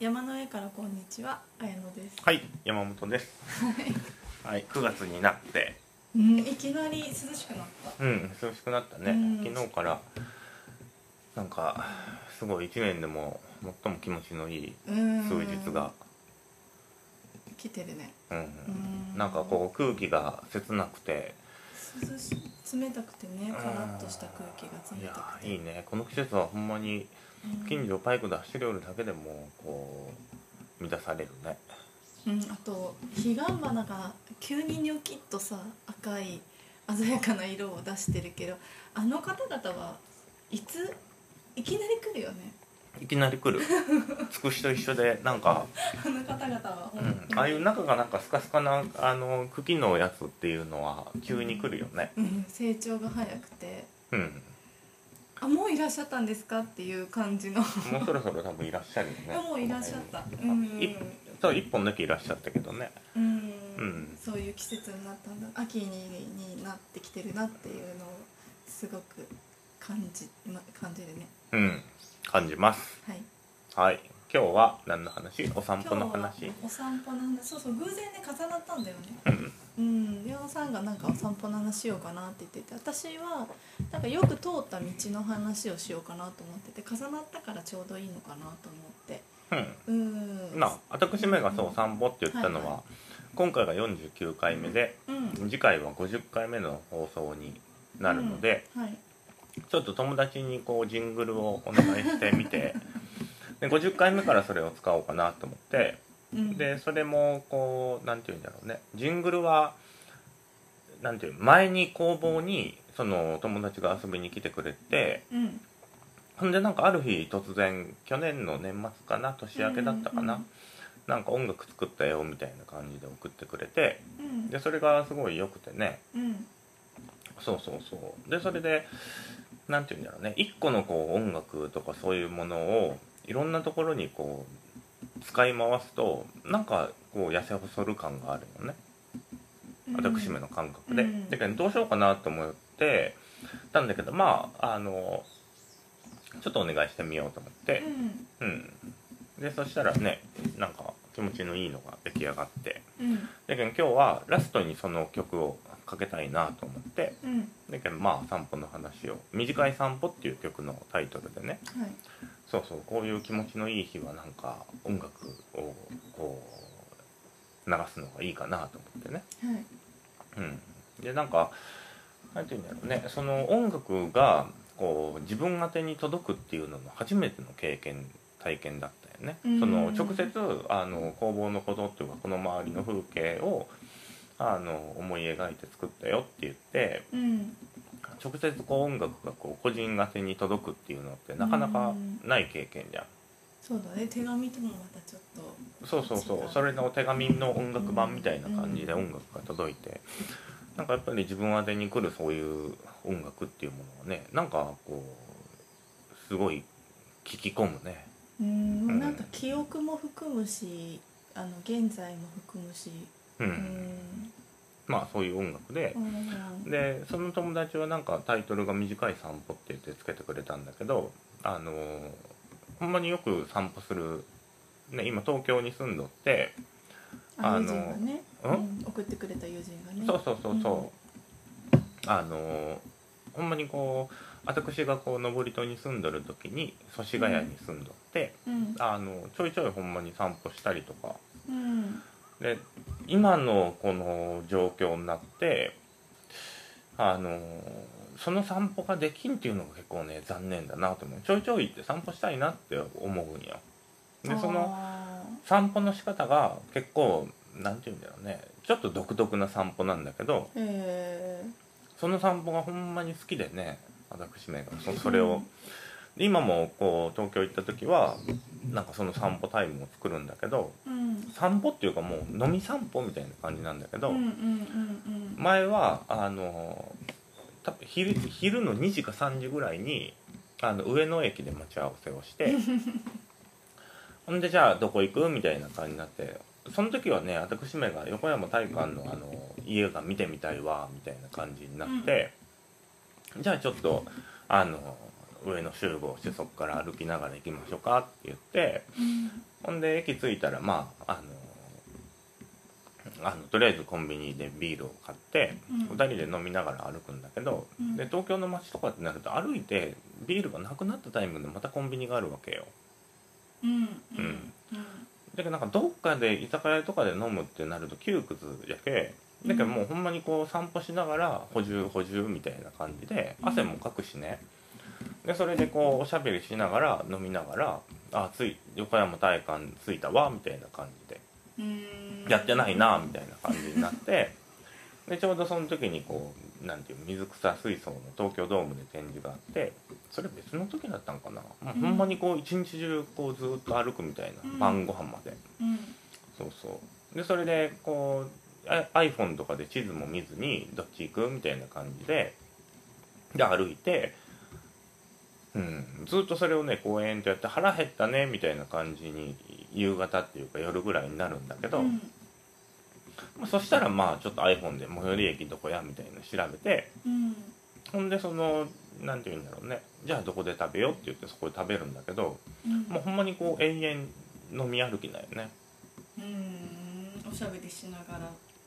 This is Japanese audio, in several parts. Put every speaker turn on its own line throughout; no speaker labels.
山の上からこんにちは、あやのです。
はい、山本です。はい、9月になって、
うん、いきなり涼しくなった。
うん、涼しくなったね。
うん
昨日からなんかすごい一年でも最も気持ちのいい
うん。
数日が、
来てるね。
うん、
うん
なんかこう空気が切なくて、
涼し冷たくてね、カラッとした空気が
い
冷
や
たくて。
いいね。この季節はほんまに
うん
近所パイクで走り寄るだけでもこう満たされるね。
うん、あと彼岸花が急にニョキッとさ赤い鮮やかな色を出してるけどあの方々はいついきなり来るよね
いきなり来 る。つくしと一緒でなんか。
あの方々は本
うん
当に
ああいう中がなんかスカスカなあの茎のやつっていうのは急に来るよね
うん成長が早くて
うん
あもういらっしゃったんですかっていう感じの
もうそろそろ多分いらっしゃるよね
もういらっしゃったうん
いそう一本だけいらっしゃったけどね
うん、
うん
そういう季節になったんだ秋にになってきてるなっていうのをすごく感じま感じるね
うん感じます
はい
はい今日は何の話お散
今日
歩の
は
話
お散歩の話そうそう偶然ね重なったんだよね
うん
うん矢野さんがなんかお散歩の話しようかなって言ってて私はなんかよく通った道の話をしようかなと思ってて重なったからちょうどいいのかなと思って
う
うん
んなあ私めがそうお散歩って言ったの
はい
は、
は
今回が49回目で
うん
次回は50回目の放送になるので、
うんはい
ちょっと友達にこうジングルをお願いして みてで50回目からそれを使おうかなと思って
うん
でそれもこうなんて言うんだろうねジングルはなんていう前に工房にその友達が遊びに来てくれて
うん
ほんでなんかある日突然去年の年末かな年明けだったかな、
うんうん
なんか音楽作ったよみたいな感じで送ってくれて
うん
でそれがすごい良くてね、
うん
そうそうそうでそれでなんて言うんだろうね一個のこう音楽とかそういうものをいろんなところにこう使い回すとなんかこう痩せ細る感があるよね私めの感覚で、
うん
だけどどうしようかなと思ってたんだけどまああのちょっとお願いしてみようと思って
うん
うんでそしたらねなんか気持ちのいいのが出来上がって
うん
だけど今日はラストにその曲をかけたいなと思って
うん
だけどまあ散歩の話を「短い散歩」っていう曲のタイトルでね
はい
そうそうこういう気持ちのいい日はなんか音楽をこう流すのがいいかなと思ってね
はい
うんでなんかなんて言うんだろうねその音楽がこう自分宛てに届くっていうのの初めての経験体験だったよね
うん
その直接あの工房のことっていうかこの周りの風景をあの思い描いて作ったよって言って
うん
直接こう音楽がこう個人が手に届くっていうのってなかなかない経験じゃん、
そうだね手紙ともまたちょっと
そうそうそ
違
う
う
それのお手紙の音楽版みたいな感じで
うん
音楽が届いてなんかやっぱり自分宛てに来るそういう音楽っていうものはねなんかこうすごい聞き込むね
うん、
うん
なんか記憶も含むしあの現在も含むし
うん、
うん、
まあそういう音楽で
う、ん、
でその友達はなんかタイトルが「短い散歩」って言ってつけてくれたんだけどあのーほんまによく散歩する、ね、今東京に住んどって
あ
あの
友人がね、
う
うんん、送ってくれた友人がね
そうそうそうそう、あのほんまにこう私がこう登戸に住んどる時に祖師ヶ谷に住んどって、
うん
あのちょいちょいほんまに散歩したりとか
うん
で今のこの状況になってあのその散歩ができんっていうのが結構ね残念だなと思うちょいちょい行って散歩したいなって思うんよでその
あ
散歩の仕方が結構なんて言うんだろうねちょっと独特な散歩なんだけど、
ーへ
その散歩がほんまに好きでね私めがそそれをで今もこう東京行った時はなんかその散歩タイムを作るんだけど
えうん
散歩っていうかもう飲み散歩みたいな感じなんだけど、
うんうんうん
前はあの多分昼昼の2時か3時ぐらいにあの上野駅で待ち合わせをしてほんでじゃあどこ行くみたいな感じになってその時はね私めが横山体育館のあの家が見てみたいわみたいな感じになって、じゃあちょっとあの上野集合してそこから歩きながら行きましょうかって言って
うん
ほんで駅着いたらまああのあのとりあえずコンビニでビールを買って、
うん
2人で飲みながら歩くんだけど、
うん
で東京の街とかってなると歩いてビールがなくなったタイミングでまたコンビニがあるわけよ
うんう
うんんだけどなんかどっかで居酒屋とかで飲むってなると窮屈やけだけどもうほんまにこう散歩しながら補充補充みたいな感じで
うん
汗もかくしねでそれでこうおしゃべりしながら飲みながら「あつい横山体館着いたわ」みたいな感じで
うん
やってないなみたいな感じになって でちょうどその時にこうなんていう水草水槽の東京ドームで展示があってそれ別の時だったんかな、もうほんまにこう一日中こうずっと歩くみたいな、
うん
晩ご飯まで
うん
そうそうでそれでこうあ iPhone とかで地図も見ずにどっち行くみたいな感じでで歩いて、うん、ずっとそれをね公園とやって腹減ったねみたいな感じに夕方っていうか夜ぐらいになるんだけど、
うん
まあそしたらまあちょっと iPhone で最寄り駅どこやみたいなの調べて
うん
ほんでその何て言うんだろうねじゃあどこで食べようって言ってそこで食べるんだけど
うん
もうほんまにこう延々飲み歩きだよね、
うんおしゃべりしなが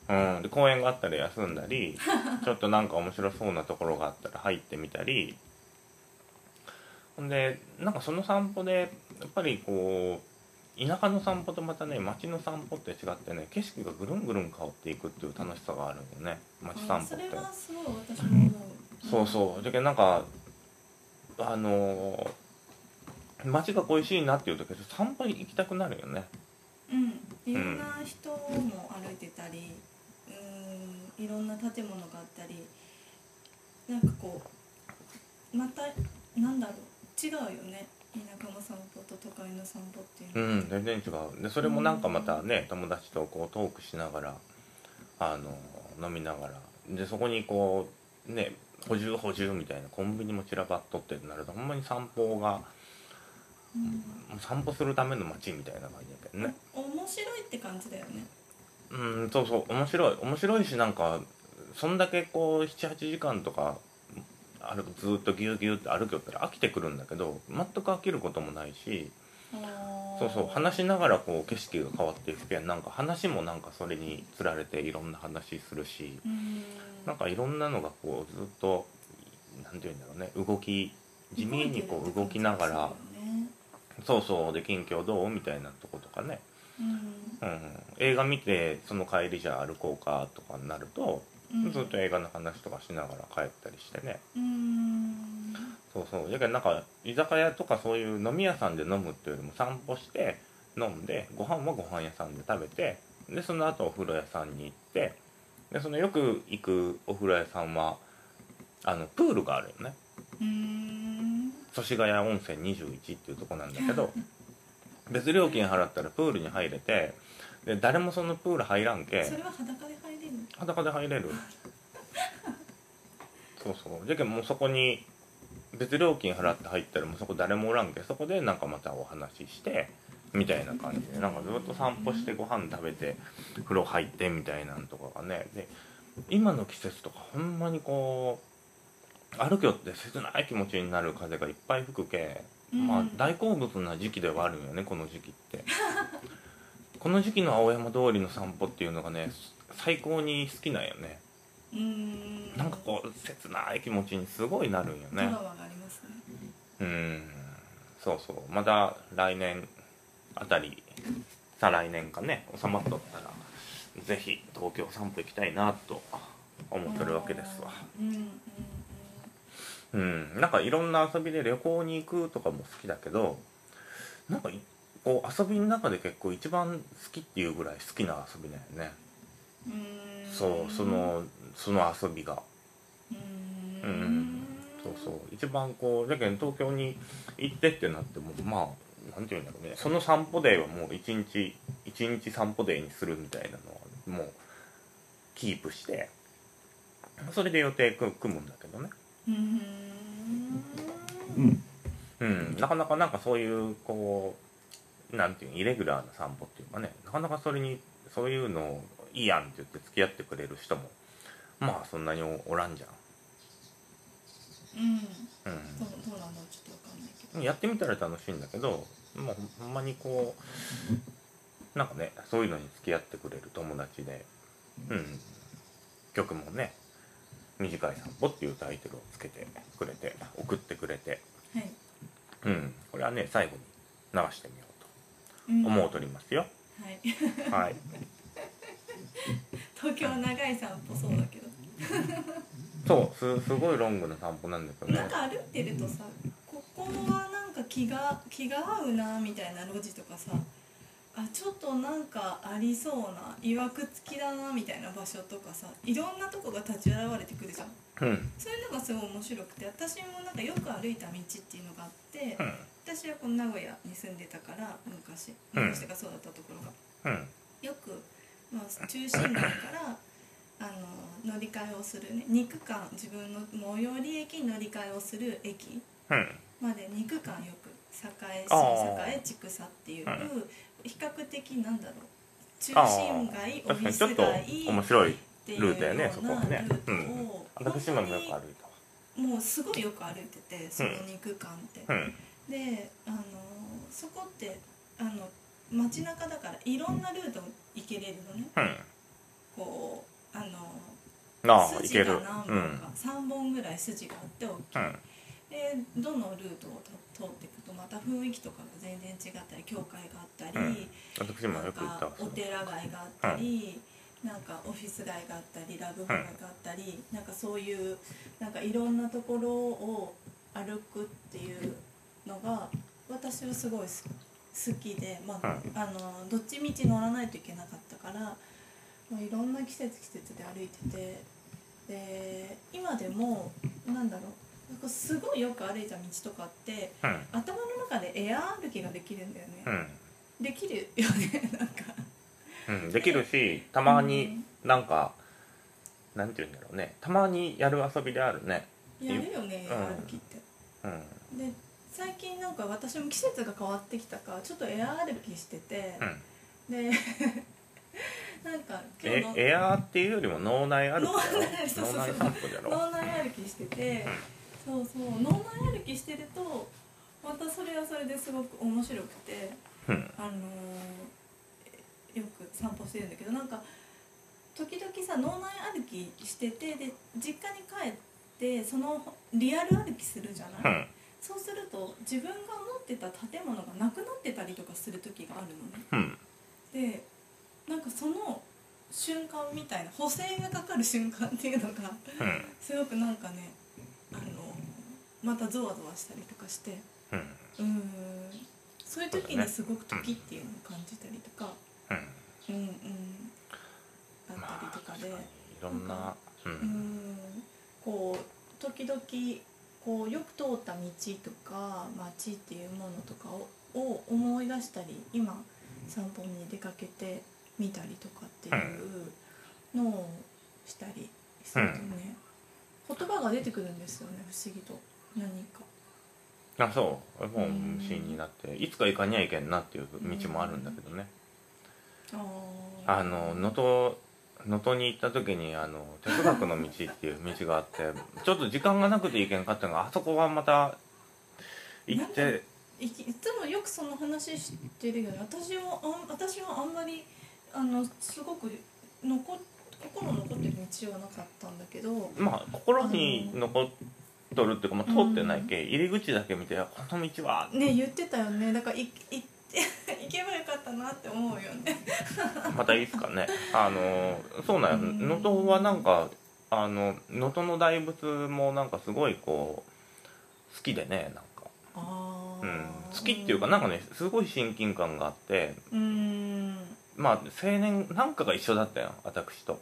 ら
うん、で公園があったら休ん だりちょっとなんか面白そうなところがあったら入ってみたりほんでなんかその散歩でやっぱりこう田舎の散歩とまたね街の散歩って違ってね景色がぐるんぐるん変わっていくっていう楽しさがあるよね街散歩
あ
って。
それはすごい私も思う
そうそうだけどなんかあのー街が恋しいなっていう時はちょっと散歩に行きたくなるよね
うんいろんな人も歩いてたりうんいろんな建物があったりなんかこうまたなんだろう違うよね田舎の散歩と都会の散歩っていうの
うん全然違うでそれもなんかまたね友達とこうトークしながらあのー飲みながらでそこにこうね補充補充みたいなコンビニも散らばっとってなるとほんまに散歩が
うん
もう散歩するための街みたいな感じだけどね
面白いって感じだよね
うんそうそう面白い面白いしなんかそんだけこう78時間とか歩くずーっとぎゅうぎゅうって歩きよったら飽きてくるんだけど全く飽きることもないしそうそう話しながらこう景色が変わっていくけんなんか話もなんかそれにつられていろんな話するし
うん
なんかいろんなのがこうずっとなんて言うんだろうね動き地味にこう動きながらそうそうで近況どうみたいなとことかね
うん
うん、映画見てその帰りじゃあ歩こうかとかになると、
うん
ずっと映画の話とかしながら帰ったりしてね
うん
そうそうだけどなんか居酒屋とかそういう飲み屋さんで飲むっていうよりも散歩して飲んでご飯はご飯屋さんで食べてでその後お風呂屋さんに行ってでそのよく行くお風呂屋さんはあのプールがあるよね
うん
祖師ヶ谷温泉21っていうとこなんだけ ど別料金払ったらプールに入れてで誰もそのプール入らんけ
それは裸で入れる
裸で入れる そうそうじゃけんもうそこに別料金払って入ったらもうそこ誰もおらんけそこでなんかまたお話ししてみたいな感じでなんかずっと散歩してご飯食べて風呂入ってみたいなんとかがねで今の季節とかほんまにこう歩きよって切ない気持ちになる風がいっぱい吹くけ
うん
まあ大好物な時期ではあるよねこの時期って この時期の青山通りの散歩っていうのがね最高に好きなんよね
うん
なんかこう切ない気持ちにすごいなるんよ
ドラマ
ね
がありますね
うんそうそうまた来年あたり再来年かね収まっとったらぜひ東京散歩行きたいなと思ってるわけですわ
うんうんうん
うん、なんかいろんな遊びで旅行に行くとかも好きだけどなんかいこう遊びの中で結構一番好きっていうぐらい好きな遊びだよね、
うん
そうそのその遊びが
うん
うんそうそう一番こうだけど東京に行ってってなってもまあなんていうんだろうねその散歩デーはもう一日一日散歩デーにするみたいなのはもうキープしてそれで予定く組むんだけどね
うん
うん、なかなかなんかそういうこうなんていうのイレギュラーな散歩っていうかねなかなかそれにそういうのをいいやんって言って付き合ってくれる人もまあそんなにおおらんじ
うん
ゃん、
どうどうなんだろうちょっとわかんないけ
う
ど
ん、やってみたら楽しいんだけどもうほんまにこうなんかねそういうのに付き合ってくれる友達で、うん、曲もね「短い散歩」っていうタイトルをつけてくれて送ってくれて、
はい、
うん、これはね最後に流してみよ
うん
うと思うとりますよ。
はい
はい、
東京は長い散歩そうだけど
そうすすごいロングな散歩なんだけど
な
ね
んか歩ってるとさここはなんか気が気が合うなみたいな路地とかさあちょっとなんかありそうないわくつきだなみたいな場所とかさいろんなとこが立ち現れてくるじゃん
うん
そういうのがすごい面白くて私もなんかよく歩いた道っていうのがあって
うん
私はこの名古屋に住んでたから昔
うん
昔とかそうだったところが
うん
よく、まあ、中心街からあの乗り換えをするね2区間自分の最寄り駅に乗り換えをする駅
うん
まで2区間よく栄
あ
新
ー
栄千草っていう、
うん
比較的なんだろう中
あ
心街
ー
オ
確
フ
か
ィ
にちょ
ス
っと
街っていうような
面白い
ル
ルートやねそこはね
ートを
私
本当
島もよく歩
に
いたわ
もうすごいよく歩いててその2区間って。
うん
であのそこってあの街中だからいろんなルート行けれるのね
うん
こうあの
ああい
筋
け
が
るう
何本か、
ん
3本ぐらい筋があって大きい
うん
でどのルートをと通っていくとまた雰囲気とかが全然違ったり教会があったり、
うん私も
な
よ
ん
く行っ
か
たわ
お
それ
寺街があったり、なんかオフィス街があったりラブホ街があったり、なんかそういうなんかいろんなところを歩くっていうのが私はすごいす好きで、まああのどっちみち乗らないといけなかったから、まあ、いろんな季節季節で歩いててで今でもなんだろうなんかすごいよく歩いた道とかって
うん
頭の中でエア歩きができるんだよね。
うん
できるよね なんか
うん、できるしたまになんか、なんて言うんだろうねたまにやる遊びであるね
やるよね、
うん
歩きって
うん
で最近なんか私も季節が変わってきたからちょっとエア歩きしてて
う、ん
で なんか今日
え
の
エアーっていうよりも脳内歩きだろ
脳内そうそうそう
脳内散歩じゃろ
脳内歩きしてて、そうそう脳内歩きしてるとまたそれはそれですごく面白くて
うん
あのーよく散歩してるんだけどなんか時々さ脳内歩きしててで実家に帰ってそのリアル歩きするじゃない、
うん
そうすると自分が思ってた建物がなくなってたりとかする時があるのね
うん
でなんかその瞬間みたいな補正がかかる瞬間っていうのが
うん
すごくなんかねあのまたゾワゾワしたりとかして
うん
うーんそういう時
そうだ
に
ね
すごく時っていうのを感じたりとか
うん
うんうんあ
ま
った
あ
りとか
確か
で
にいろんなう
うー
ん
んこう時々こうよく通った道とか街っていうものとかをを思い出したり今散歩に出かけてみたりとかっていうのをしたりするとね言葉が出てくるんですよね不思議と何か。
あそうもう無心になっていつか行かにゃいけんなっていう道もあるんだけどね
あー
あの能登能登に行った時にあの哲学の道っていう道があってちょっと時間がなくて行けんかったのがあそこはまた行って
いきいつもよくその話してるよね私はあん私はあんまりあのすごく残っ心残ってる道はなかったんだけど
まあ心に残っとるっていうか、まあ、通ってないけ、入り口だけ見てこの道は
ね言ってたよねだからいい 行けばよかったなって思うよね
またいいっすかねあのそうな
う
んや
ん
能登はなんかあの能登の大仏もなんかすごいこう好きでねなんか、
ああ、
うん、好きっていうかなんかねすごい親近感があって
うーん
まあ青年なんかが一緒だったよ私と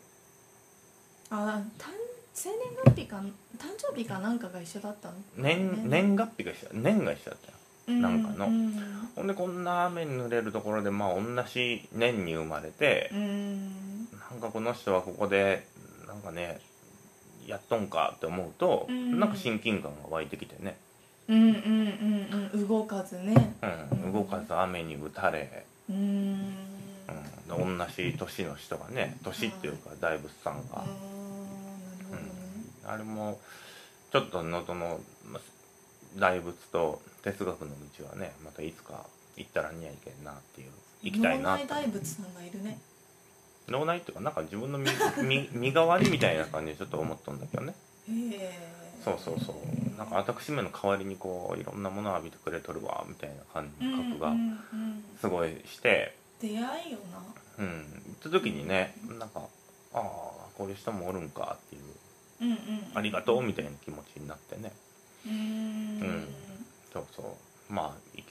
あ誕生年月日か誕生日かなんかが一緒だったの
年年月日が一緒年が一緒だったよなんかの
ううん
ほんでこんな雨に濡れるところでまあ同じ年に生まれて
う、ん
なんかこの人はここでなんかねやっとんかって思うと、
うん
なんか親近感が湧いてきてね、
うんうんうんうん動かずね
うん、動かず雨に打たれ、
うーん
うん、同じ年の人がね年っていうか大仏さん
ああな
が、
るほどね、
あれもちょっと能登のま大仏と哲学の道はねまたいつか行ったらにやいけんなっていう行きたいな
脳内大仏さんがいるね
脳内っていうかなんか自分の身 身身代わりみたいな感じでちょっと思ったんだけどね
へえ
そうそうそうなんか私めの代わりにこういろんなものを浴びてくれとるわみたいな感覚
う
が
んうんうん
すごいして
出会いよな
うん行った時にねなんかああこういう人もおるんかっていう
うんうん
ありがとうみたいな気持ちになってね
うーん
うんそうそうまあいき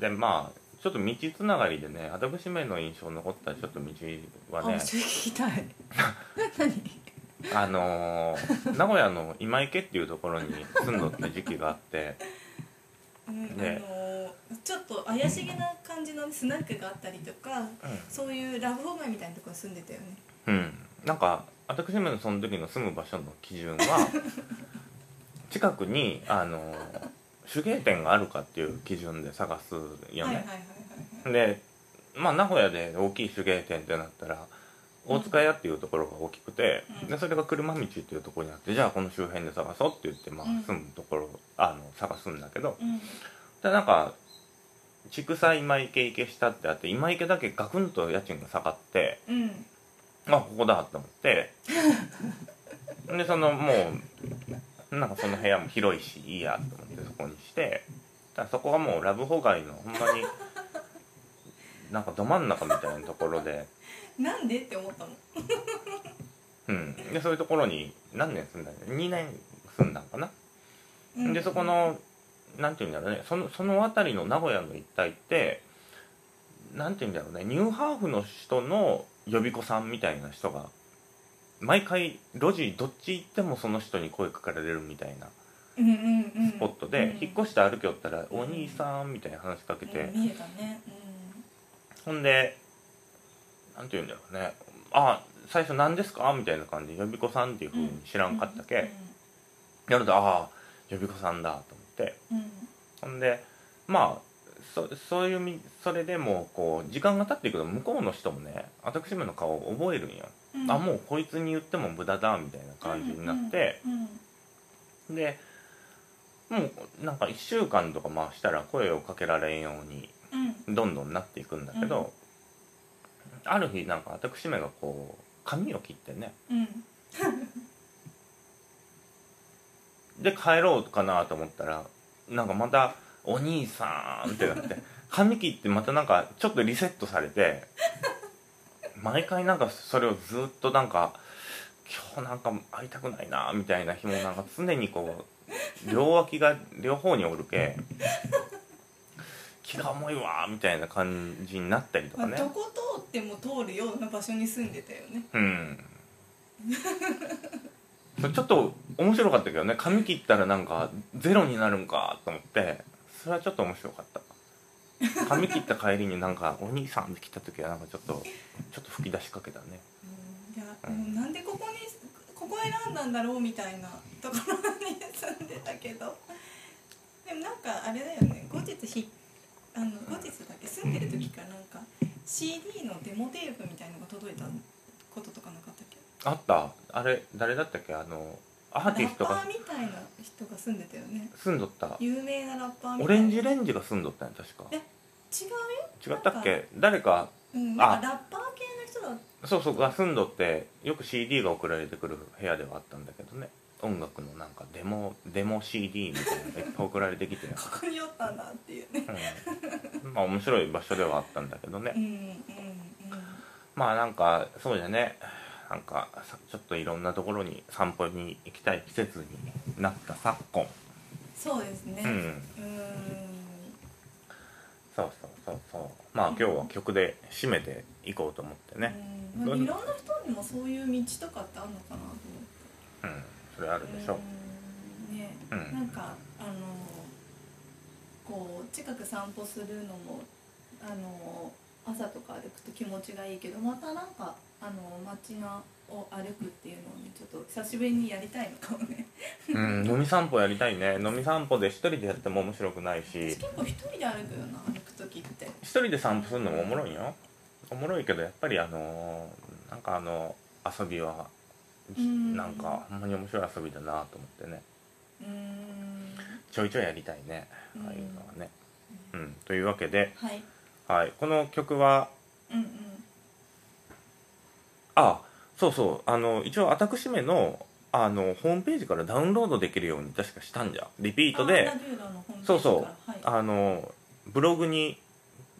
でまあちょっと道つながりでね私めの印象残ったちょっと道はね
あそれ聞きた い何
あ のー名古屋の今池っていうところに住んどった時期があって
うん
ね
あのちょっと怪しげな感じのスナックがあったりとかそういうラブホ街みたいなところに住んでたよね
うん、なんか私めのその時の住む場所の基準は近くにあのー手芸店があるかっていう基準で探すよ
はい
ね、
はいはいはい
でまあ名古屋で大きい手芸店ってなったら大塚屋っていうところが大きくて、
うん
でそれが車道っていうところにあってじゃあこの周辺で探そうって言って、まあ
うん、
住むところあの探すんだけど
うん
でなんか畜産今池池下ってあって今池だけガクンと家賃が下がって
うん
あここだと思ってでそのもうなんかその部屋も広いしいいやと思ってそこにしてただそこはもうラブホ街のほんまになんかど真ん中みたいなところで,、
なんでって思ったもん
うん、でそういうところに何年住んだんだ2年住んだんかな、
うん
でそこのなんていうんだろうねそのその辺りの名古屋の一帯ってなんていうんだろうねニューハーフの人の予備子さんみたいな人が毎回路地どっち行ってもその人に声かけられるみたいな
うんうんうん
スポットで、
うん
引っ越して歩きよったら「お兄さん」みたいな話しかけて、
うん見えたね
ほんでなんていうんだろうね「あ最初何ですか?」みたいな感じで予備子さんっていうふうに知ら
うん
んかったけ、なので「ああ予備子さんだ」と思って。
うんうん
ほんでまあそそういうみそれでもうこう時間が経っていくと向こうの人もね私めの顔を覚えるんよ、
うん
あもうこいつに言っても無駄だみたいな感じになって、
うんうん
でもうなんか1週間とかまあしたら声をかけられんように
うんうん
どんどんなっていくんだけど、ある日なんか私めがこう髪を切ってね
うん
で帰ろうかなと思ったらなんかまた「お兄さん」ってなって髪切ってまたなんかちょっとリセットされて毎回なんかそれをずっとなんか今日なんか会いたくないなみたいな日もなんか常にこう両脇が両方におるけ気が重いわみたいな感じになったりとか
まあ、
ね
どこ通っても通るような場所に住んでたよね
うんそれちょっと面白かったけどね髪切ったらなんかゼロになるんかと思ってそれはちょっと面白かった髪切った帰りになんかお兄さんって来た時はなんかちょっとちょっと吹き出しかけたね
いや、うん、なんでここにここ選んだんだろうみたいなところに住んでたけどでもなんかあれだよね後日ひあの後日だっけ住んでる時かなんか CD のデモテープみたいのが届いたこととかなかったっけ
あったあれ誰だったっけあのアーティスト
ラッ
が
パーみたいな人が住んでたよね
住んどった
有名なラッパーみ
オ
たい
レ
な
ンジ
違うよ
レンジが住んどったんや確か違ったっ
なん
け誰か
うん、なん
あ
かラッパー系の人だっ
そうそうが住んどってよく CD が送られてくる部屋ではあったんだけどね音楽のなんかデモデモ CD みたいなのがいっぱい送られてきて、
たここにおったんだっていうね
うん、まあ面白い場所ではあったんだけど
う
ね
んうんうん
まあなんかそうじゃねなんかさちょっといろんなところに散歩に行きたい季節になった昨今
そうですね
う
うん
ん
ん
そうそうそうそうまあ今日は曲で締めていこうと思ってね
うんまあ、
どう
いろんな人にもそういう道とかってあるのかなと思
うんそれある
って
でしょ
うんね、
うん
なんかあのこう近く散歩するのもあの朝とか歩くと気持ちがいいけどまたなんかあの街なを歩くっていうのをねちょっと久しぶりにやりたいのかもね
うん飲み散歩やりたいね飲み散歩で一人でやっても面白くない
私
し
結構一人で歩くよな歩く時って
一人で散歩するのもおもろいよおもろいけどやっぱりあのーなんかあの遊びは
うん
なんかほんまに面白い遊びだなと思ってね
うーん
ちょいちょいやりたいね
うん
ああいうのはねうん、というわけで、
はい
はい、この曲は
うんうん
あそうそうあの一応私めのあのホームページからダウンロードできるように確かしたんじゃリピートで
あーナデューラのホームページ
そうそう
からはい
あのブログに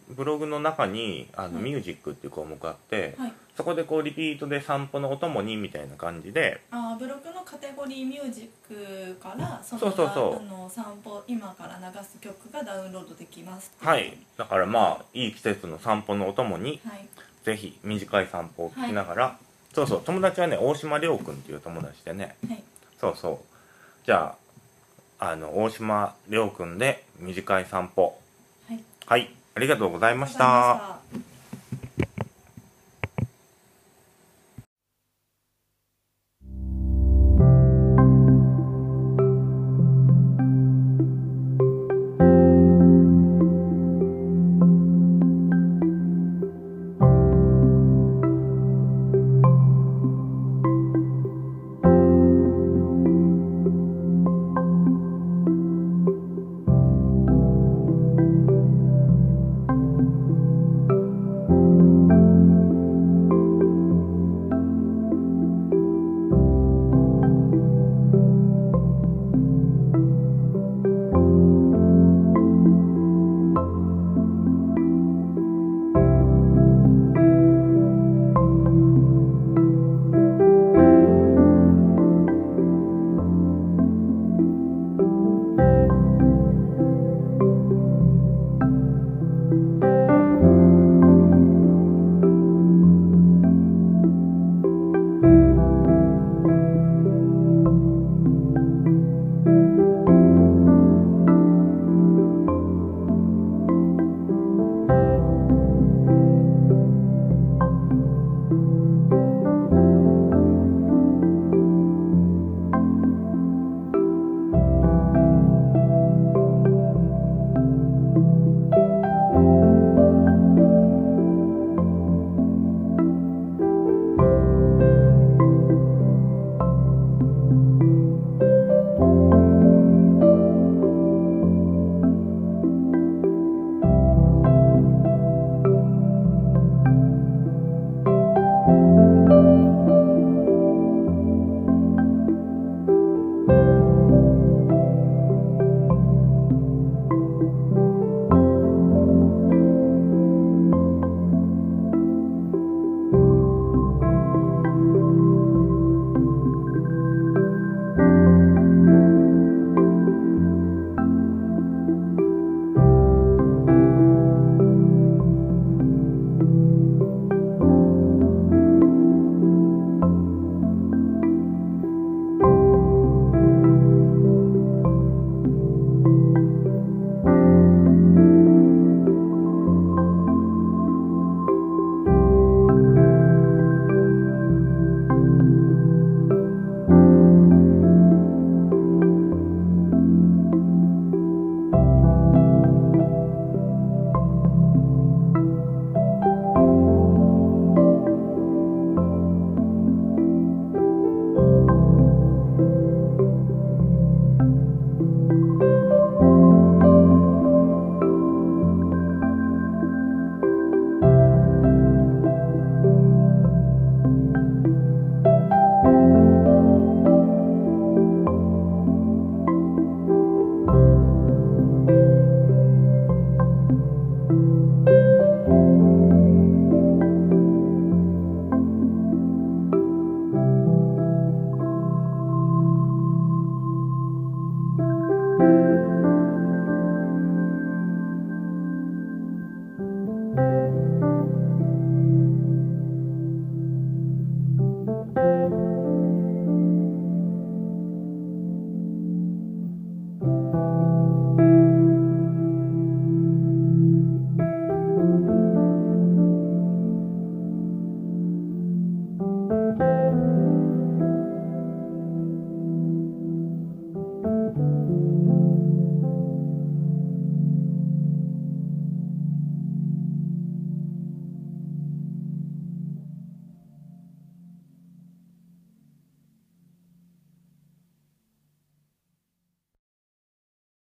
ブログの中にあの、
はい
ミュージックっていう項目があって、
はい
そこでこうリピートで散歩のお供にみたいな感じで
あーブログのカテゴリーミュージックからその
そうそうそ
あ
う
の散歩今から流す曲がダウンロードできます
はいだからまあいい季節の散歩のお供に
はい
ぜひ短い散歩を聞きながら、そうそう友達はね大島亮君っていう友達でね
はい
そうそうじゃああの大島亮君で短い散歩
はい
はいありがとうござい
ありがとうござい
ました
ました